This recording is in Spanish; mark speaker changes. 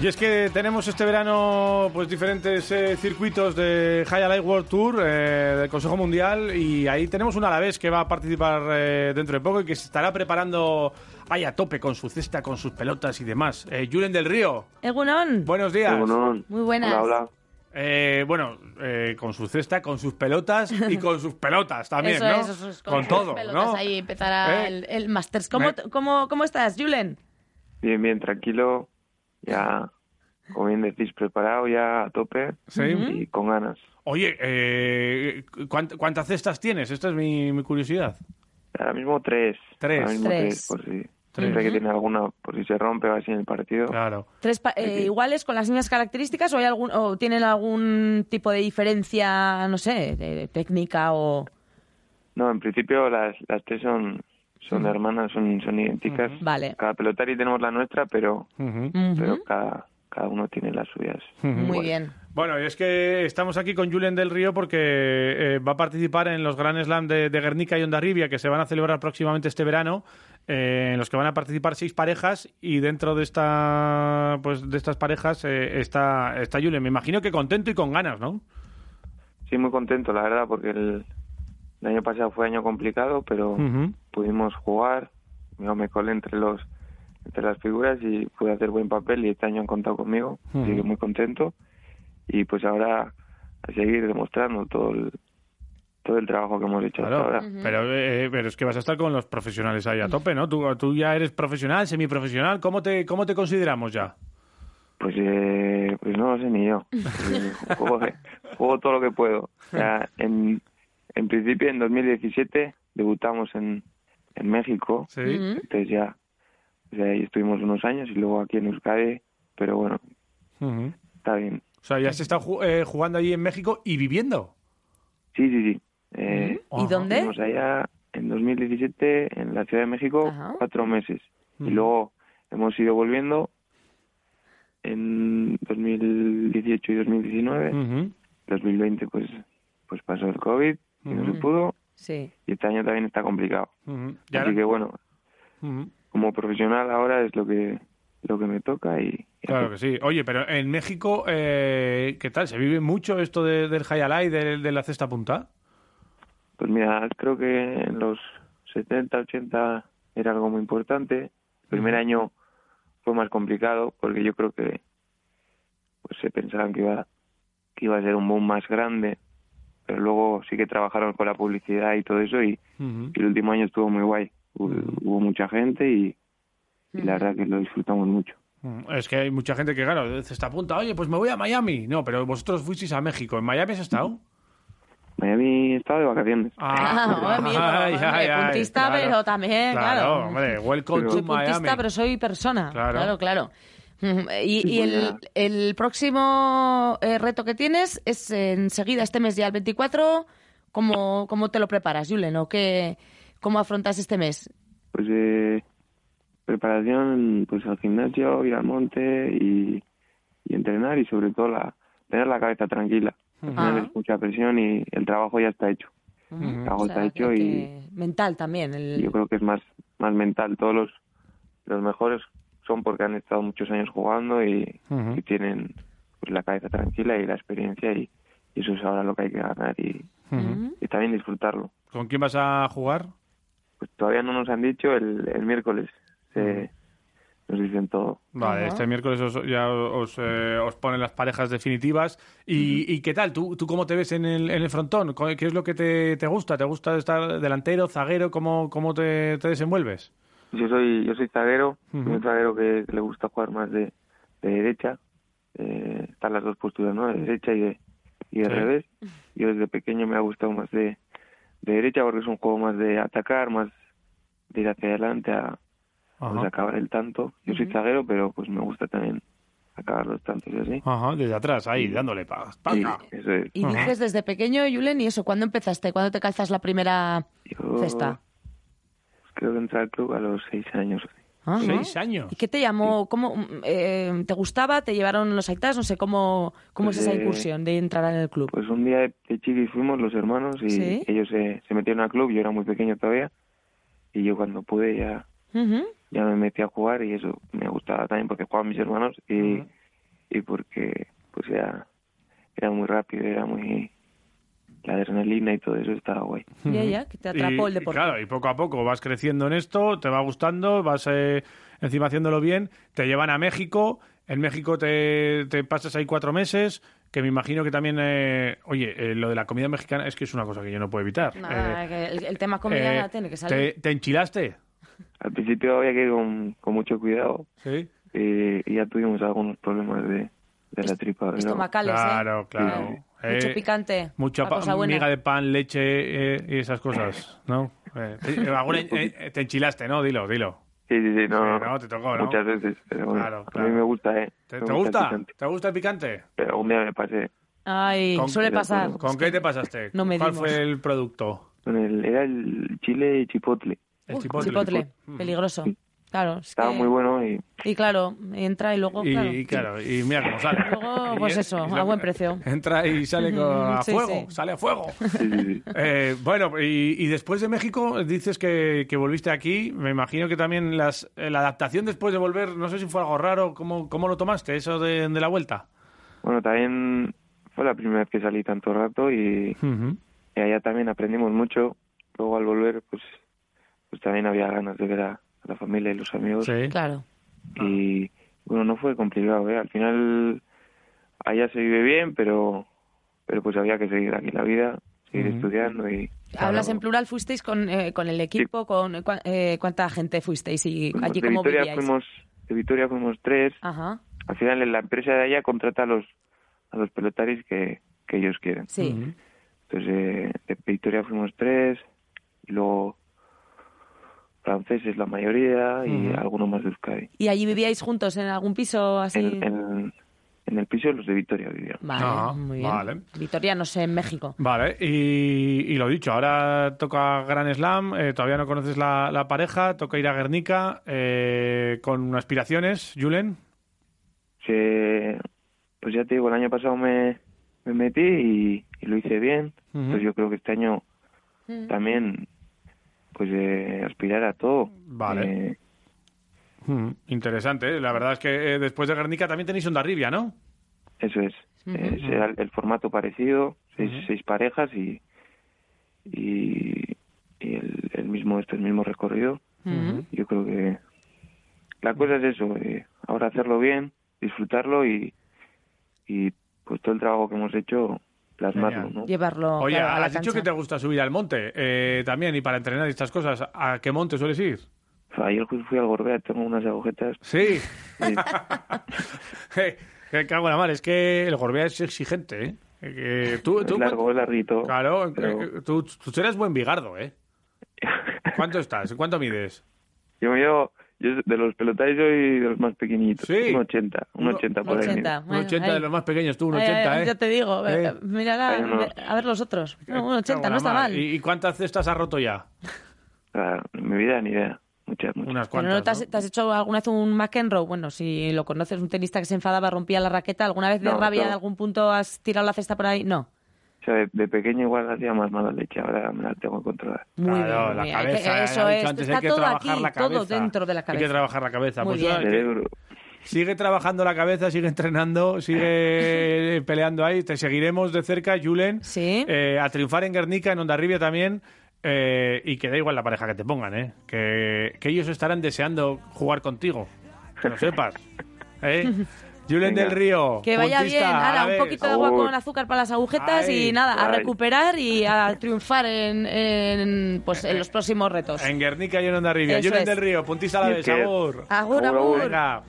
Speaker 1: Y es que tenemos este verano pues diferentes eh, circuitos de High Life World Tour eh, del Consejo Mundial y ahí tenemos un Alavés que va a participar eh, dentro de poco y que se estará preparando ahí a tope con su cesta, con sus pelotas y demás. Eh, Julen del Río,
Speaker 2: Egunon.
Speaker 1: buenos días.
Speaker 3: Egunon.
Speaker 2: Muy buenas.
Speaker 3: Hola, hola.
Speaker 1: Eh, bueno, eh, con su cesta, con sus pelotas y con sus pelotas también,
Speaker 2: eso
Speaker 1: ¿no?
Speaker 2: es, eso es.
Speaker 1: con,
Speaker 2: sus
Speaker 1: todo,
Speaker 2: pelotas
Speaker 1: ¿no?
Speaker 2: Ahí empezará
Speaker 1: ¿Eh?
Speaker 2: el, el Masters. ¿Cómo,
Speaker 1: Me-
Speaker 2: cómo, ¿Cómo estás, Julen?
Speaker 3: Bien, bien, tranquilo. Ya, como bien decís, preparado ya a tope
Speaker 1: Sí.
Speaker 3: y con ganas.
Speaker 1: Oye, eh, ¿cuánt- ¿cuántas cestas tienes? Esta es mi, mi curiosidad.
Speaker 3: Ahora mismo tres.
Speaker 1: Tres.
Speaker 3: Ahora mismo
Speaker 2: Tres.
Speaker 3: tres. por si. Siempre que tiene alguna, por si se rompe o así en el partido.
Speaker 1: Claro.
Speaker 2: ¿Tres pa- eh, iguales con las mismas características o, hay algún, o tienen algún tipo de diferencia, no sé, de- de técnica o...?
Speaker 3: No, en principio las, las tres son, son hermanas, son, son idénticas.
Speaker 2: Vale.
Speaker 3: Cada pelotari tenemos la nuestra, pero,
Speaker 1: Ujú.
Speaker 3: pero cada, cada uno tiene las suyas.
Speaker 2: Muy bien.
Speaker 1: Bueno, y es que estamos aquí con Julen del Río porque eh, va a participar en los Grand Slam de, de Guernica y Ondarribia que se van a celebrar próximamente este verano, eh, en los que van a participar seis parejas y dentro de esta, pues de estas parejas eh, está está Julen. Me imagino que contento y con ganas, ¿no?
Speaker 3: Sí, muy contento, la verdad, porque el, el año pasado fue año complicado, pero
Speaker 1: Ujú.
Speaker 3: pudimos jugar, yo me colé entre los entre las figuras y pude hacer buen papel y este año han contado conmigo, así que muy contento y pues ahora a seguir demostrando todo el todo el trabajo que hemos hecho
Speaker 1: Claro,
Speaker 3: hasta ahora.
Speaker 1: pero, eh, pero es que vas a estar con los profesionales ahí a tope, ¿no? Tú, tú ya eres profesional, semiprofesional, ¿cómo te, cómo te consideramos ya?
Speaker 3: Pues eh, pues no lo sé ni yo. Eh, juego, juego todo lo que puedo. O sea, en en principio en 2017 debutamos en en México.
Speaker 1: Sí.
Speaker 3: Entonces ya, o sea, ahí estuvimos unos años y luego aquí en Euskadi, pero bueno,
Speaker 1: Ujú.
Speaker 3: está bien.
Speaker 1: O sea, ya se está eh, jugando allí en México y viviendo.
Speaker 3: Sí, sí, sí. Eh,
Speaker 2: ¿Y dónde?
Speaker 3: Fuimos allá en 2017 en la Ciudad de México
Speaker 2: Ajá.
Speaker 3: cuatro meses y
Speaker 1: Ujú.
Speaker 3: luego hemos ido volviendo en 2018 y 2019.
Speaker 1: Ujú.
Speaker 3: 2020 pues pues pasó el COVID y no se
Speaker 1: Ujú.
Speaker 3: pudo
Speaker 2: Sí.
Speaker 3: y este año también está complicado.
Speaker 1: Ujú. Y
Speaker 3: Así
Speaker 1: ahora-
Speaker 3: que bueno,
Speaker 1: Ujú.
Speaker 3: como profesional ahora es lo que lo que me toca y, y
Speaker 1: Claro que sí. Oye, pero en México, eh, ¿qué tal? ¿Se vive mucho esto de- del hayalay, de, de la cesta punta?
Speaker 3: Pues mira, creo que en los 70, 80 era algo muy importante. El primer año fue más complicado porque yo creo que pues se pensaban que iba que iba a ser un boom más grande, pero luego sí que trabajaron con la publicidad y todo eso y,
Speaker 1: Ujú.
Speaker 3: y el último año estuvo muy guay. Hu- Hubo mucha gente y, y la verdad que lo disfrutamos mucho.
Speaker 1: Mm, Es que hay mucha gente que, claro, de cesta punta, oye, pues me voy a Miami. No, pero vosotros fuisteis a México. ¿En Miami has estado?
Speaker 3: Miami estaba de vacaciones.
Speaker 2: Ah, amigo,
Speaker 1: ay,
Speaker 2: hombre,
Speaker 1: ay, ay,
Speaker 2: puntista,
Speaker 1: claro.
Speaker 2: pero también, Eh, claro.
Speaker 1: hombre, welcome
Speaker 3: Pero-
Speaker 1: to
Speaker 2: Soy
Speaker 1: Miami.
Speaker 2: puntista, pero soy persona.
Speaker 1: Claro. pues
Speaker 2: Claro, claro. Mm, Y, y el,
Speaker 3: Bueno.
Speaker 2: el próximo eh, reto que tienes es eh, enseguida este mes ya el 24. ¿Cómo, cómo te lo preparas, Julen? ¿O qué, ¿Cómo afrontas este mes?
Speaker 3: Pues eh, preparación, pues al gimnasio, ir al monte y, y entrenar y sobre todo la, tener la cabeza tranquila. Al final
Speaker 2: Ah.
Speaker 3: es mucha presión y el trabajo ya está hecho. El trabajo
Speaker 2: O sea,
Speaker 3: está
Speaker 2: pues que-
Speaker 3: hecho y
Speaker 2: que Mental también. el-
Speaker 3: yo creo que es más, más mental. Todos los, los mejores son porque han estado muchos años jugando y,
Speaker 1: Ujú.
Speaker 3: y tienen pues, la cabeza tranquila y la experiencia y, y eso es ahora lo que hay que ganar y,
Speaker 1: Ujú.
Speaker 3: y también disfrutarlo.
Speaker 1: ¿Con quién vas a jugar?
Speaker 3: Pues todavía no nos han dicho, el, el miércoles se, nos dicen todo.
Speaker 1: Vale,
Speaker 2: Ajá.
Speaker 1: este miércoles os- ya os, eh, os ponen las parejas definitivas. ¿Y, y qué tal? ¿Tú, ¿Tú cómo te ves en el, en el frontón? ¿Qué qué es lo que te, te gusta? ¿Te gusta estar delantero, zaguero? ¿Cómo, cómo te, te desenvuelves?
Speaker 3: Yo soy yo soy zaguero,
Speaker 1: Ujú.
Speaker 3: soy un zaguero que, que le gusta jugar más de, de derecha. Eh, están las dos posturas, ¿no? De derecha y de, y de
Speaker 1: Sí.
Speaker 3: revés. Yo desde pequeño me ha gustado más de, de derecha porque es un juego más de atacar, más de ir hacia adelante a pues,
Speaker 1: Ajá.
Speaker 3: acabar el tanto. Yo soy zaguero, pero pues me gusta también acabar los tantos y así.
Speaker 1: Ajá, desde atrás, ahí, dándole pa.
Speaker 3: Y
Speaker 1: paca.
Speaker 3: eso es.
Speaker 2: Y dices desde pequeño, Julen, ¿y eso? ¿Cuándo empezaste? ¿Cuándo te calzas la primera
Speaker 3: Yo
Speaker 2: cesta?
Speaker 3: creo que entré al club a los seis años.
Speaker 2: Ah, ¿no?
Speaker 1: Seis años.
Speaker 2: ¿Y qué te llamó? ¿Cómo, mm, eh, ¿Te gustaba? ¿Te llevaron los aitas? No sé, ¿cómo, cómo es
Speaker 3: Pues,
Speaker 2: esa
Speaker 3: eh,
Speaker 2: incursión de entrar en el club?
Speaker 3: Pues un día de, de chiqui fuimos los hermanos y
Speaker 2: Sí.
Speaker 3: ellos se, se metieron al club, yo era muy pequeño todavía y yo cuando pude ya,
Speaker 2: Ujú.
Speaker 3: ya me metí a jugar y eso me gustaba también porque jugaban mis hermanos y, y porque pues era, era muy rápido, era muy... La adrenalina y todo eso estaba guay.
Speaker 4: Ya, ya, que te atrapó el
Speaker 1: y,
Speaker 4: deporte.
Speaker 1: Claro, y poco a poco vas creciendo en esto, te va gustando, vas eh, encima haciéndolo bien, te llevan a México, en México te, te pasas ahí cuatro meses, que me imagino que también, eh, oye, eh, lo de la comida mexicana es que es una cosa que yo no puedo evitar.
Speaker 2: Nada,
Speaker 1: Eh,
Speaker 2: que el, el tema comida
Speaker 1: eh,
Speaker 2: tiene que salir.
Speaker 1: ¿te, te enchilaste?
Speaker 3: Al principio había que ir con, con mucho cuidado
Speaker 1: Sí.
Speaker 3: eh, y ya tuvimos algunos problemas de, de la tripa. ¿no?
Speaker 4: Estomacales,
Speaker 1: Claro,
Speaker 4: ¿eh?
Speaker 1: claro.
Speaker 4: Mucho
Speaker 1: Eh,
Speaker 4: picante.
Speaker 1: Mucha
Speaker 4: la
Speaker 1: pa-
Speaker 4: cosa buena.
Speaker 1: miga de pan, leche eh, y esas cosas, ¿no? Eh, eh, alguna- eh, eh, te enchilaste, ¿no? Dilo, dilo.
Speaker 3: Sí, sí, sí,
Speaker 1: Sí,
Speaker 3: no, no,
Speaker 1: no, te tocó, ¿no?
Speaker 3: Muchas veces, pero bueno,
Speaker 1: Claro,
Speaker 3: a
Speaker 1: claro.
Speaker 3: mí me gusta, ¿eh?
Speaker 1: ¿Te,
Speaker 3: Me
Speaker 1: te
Speaker 3: el
Speaker 1: gusta?
Speaker 3: picante.
Speaker 1: ¿Te gusta el picante?
Speaker 3: Pero un día me pasé.
Speaker 4: Ay,
Speaker 1: Con-
Speaker 4: suele pasar.
Speaker 1: ¿Con qué te pasaste?
Speaker 4: no
Speaker 1: ¿Cuál
Speaker 4: medimos.
Speaker 1: fue el producto?
Speaker 3: Con el, era el chile chipotle.
Speaker 1: El
Speaker 4: Uf,
Speaker 1: chipotle. Mm.
Speaker 4: chipotle, peligroso. Claro, es
Speaker 3: Estaba
Speaker 4: que-
Speaker 3: muy
Speaker 2: Eh.
Speaker 3: bueno y
Speaker 4: Y claro, entra y
Speaker 2: Oh,
Speaker 4: luego,
Speaker 1: Y
Speaker 4: claro.
Speaker 1: y claro, y mira cómo sale.
Speaker 4: Luego,
Speaker 1: Y
Speaker 4: pues
Speaker 1: es-
Speaker 4: eso,
Speaker 1: y es
Speaker 4: a
Speaker 1: lo
Speaker 4: buen
Speaker 1: que-
Speaker 4: precio.
Speaker 1: Entra y sale con- a
Speaker 4: Sí,
Speaker 1: fuego,
Speaker 4: sí.
Speaker 1: sale a fuego.
Speaker 3: sí, sí, sí.
Speaker 1: Eh, bueno, y, y después de México dices que, que volviste aquí. Me imagino que también las, eh, la adaptación después de volver, no sé si fue algo raro, ¿cómo, cómo lo tomaste eso de, de la vuelta?
Speaker 3: Bueno, también fue la primera vez que salí tanto rato y, y allá también aprendimos mucho. Luego al volver, pues, pues también había ganas de ver a, a la familia y los amigos.
Speaker 1: Sí.
Speaker 2: Claro.
Speaker 3: Y bueno, no fue complicado, ¿eh? Al final allá se vive bien, pero, pero pues había que seguir aquí la vida, seguir
Speaker 1: Ujú.
Speaker 3: estudiando y...
Speaker 2: Hablas
Speaker 3: Claro.
Speaker 2: en plural, fuisteis con, eh, con el equipo, con cua- eh, cuánta gente fuisteis y
Speaker 3: Fuimos
Speaker 2: allí
Speaker 3: pues, de
Speaker 2: cómo
Speaker 3: Vitoria
Speaker 2: vivíais.
Speaker 3: fuimos de Vitoria fuimos tres
Speaker 2: Ajá,
Speaker 3: al final la empresa de allá contrata a los a los pelotaris que, que ellos quieren
Speaker 2: sí.
Speaker 3: entonces eh, de Vitoria fuimos tres y luego franceses la mayoría y
Speaker 1: Ujú.
Speaker 3: alguno más de Euskadi
Speaker 2: ¿Y allí vivíais juntos en algún piso así?
Speaker 3: en, en, en el piso los de Vitoria vivían
Speaker 2: Vale,
Speaker 1: Ah,
Speaker 2: muy bien.
Speaker 1: vale.
Speaker 2: Vitoria, no sé, en México.
Speaker 1: Vale, y, y lo dicho, ahora toca Gran Slam, eh, todavía no conoces la, la pareja, toca ir a Guernica eh, con aspiraciones, Julen.
Speaker 3: Se- pues ya te digo el año pasado me, me metí y, y lo hice bien
Speaker 1: Ujú.
Speaker 3: entonces yo creo que este año
Speaker 2: Mm.
Speaker 3: también pues eh, aspirar a todo
Speaker 1: Vale.
Speaker 3: Eh, Hmm.
Speaker 1: Mm, interesante, ¿eh? la verdad es que eh, después de Guernica también tenéis Ondarribia, ¿no?
Speaker 3: Eso es. Eh, será el, el formato parecido, seis, seis parejas y, y, y el, el mismo este, el mismo recorrido.
Speaker 2: Mm.
Speaker 3: Yo creo que la cosa es eso. eh, ahora hacerlo bien, disfrutarlo y, y pues todo el trabajo que hemos hecho plasmarlo,
Speaker 1: Genial.
Speaker 3: ¿no?
Speaker 2: Llevarlo
Speaker 1: Oye,
Speaker 2: claro, a la
Speaker 1: has dicho
Speaker 2: cancha.
Speaker 1: que te gusta subir al monte eh, también y para entrenar y estas cosas. ¿A qué monte sueles ir?
Speaker 3: Ayer ju- fui al Gorbea, tengo unas agujetas.
Speaker 1: Sí.
Speaker 3: Sí,
Speaker 1: Eh, que cago en la mar, es que el Gorbea es exigente, ¿eh? Que tú, tú- pues,
Speaker 3: es largo, es larguito.
Speaker 1: Claro,
Speaker 3: pero-
Speaker 1: eh, tú, tú eres buen bigardo, ¿eh? ¿Cuánto estás? ¿Cuánto mides?
Speaker 3: Yo, mido- yo de los pelotáis soy de los más pequeñitos.
Speaker 1: Sí.
Speaker 3: Un 80, un
Speaker 1: Uno-
Speaker 3: 80 por ahí.
Speaker 4: 80.
Speaker 3: mido.
Speaker 1: Un
Speaker 4: bueno,
Speaker 1: 80
Speaker 4: ahí.
Speaker 1: de los más pequeños, tú un
Speaker 4: Ay,
Speaker 1: 80,
Speaker 4: ay,
Speaker 1: ¿eh?
Speaker 4: Ya te digo,
Speaker 1: Eh.
Speaker 4: mira
Speaker 3: Hay unos-
Speaker 4: a ver los otros. No, un
Speaker 1: Cago
Speaker 4: 80,
Speaker 1: en
Speaker 4: no
Speaker 1: la
Speaker 4: está
Speaker 1: mar.
Speaker 4: mal.
Speaker 1: ¿Y, y cuántas cestas has roto ya?
Speaker 3: Ah, en mi vida ni idea. Muchas, muchas.
Speaker 1: Unas
Speaker 2: Pero
Speaker 1: cuantas.
Speaker 2: no te has,
Speaker 1: ¿no?
Speaker 2: te has hecho alguna vez un McEnroe. Bueno, si lo conoces, un tenista que se enfadaba, rompía la raqueta. ¿Alguna vez de
Speaker 3: No,
Speaker 2: rabia
Speaker 3: no.
Speaker 2: de algún punto has tirado la cesta por ahí? No.
Speaker 3: O sea, de, de pequeño igual hacía más mala leche, ahora me la tengo que controlar.
Speaker 2: Muy
Speaker 1: Claro,
Speaker 2: bien.
Speaker 1: la
Speaker 2: muy bien. Hay que-
Speaker 1: cabeza.
Speaker 2: eso
Speaker 1: he
Speaker 2: es.
Speaker 1: dicho antes, hay
Speaker 2: está
Speaker 1: que
Speaker 2: todo
Speaker 1: trabajar
Speaker 2: aquí,
Speaker 1: la
Speaker 2: todo
Speaker 1: cabeza.
Speaker 2: dentro de la cabeza.
Speaker 1: Hay que trabajar la cabeza.
Speaker 2: Muy
Speaker 1: Pues,
Speaker 2: bien.
Speaker 1: ah, que-
Speaker 3: Cerebro.
Speaker 1: Sigue trabajando la cabeza, sigue entrenando, sigue peleando ahí. Te seguiremos de cerca, Julen.
Speaker 2: Sí.
Speaker 1: Eh, a triunfar en Guernica, en Ondarribia también. eh, y que da igual la pareja que te pongan, ¿eh? Que, que ellos estarán deseando jugar contigo. Que lo sepas. ¿eh? Julen
Speaker 3: Venga.
Speaker 1: del Río.
Speaker 2: Que vaya
Speaker 1: puntista,
Speaker 2: bien, ahora
Speaker 1: Alavés.
Speaker 2: un poquito de agua
Speaker 3: Agur.
Speaker 2: con azúcar para las agujetas
Speaker 1: Ahí,
Speaker 2: y nada, a
Speaker 3: ahí.
Speaker 2: recuperar y a triunfar en, en, pues, en los próximos retos.
Speaker 1: En Guernica y en Ondarribia.
Speaker 2: Eso
Speaker 1: Julen
Speaker 2: es.
Speaker 1: del Río, puntista a la
Speaker 3: Y
Speaker 1: vez.
Speaker 3: que-
Speaker 2: Agur,
Speaker 3: Agur, agur.
Speaker 2: agur.
Speaker 1: Venga.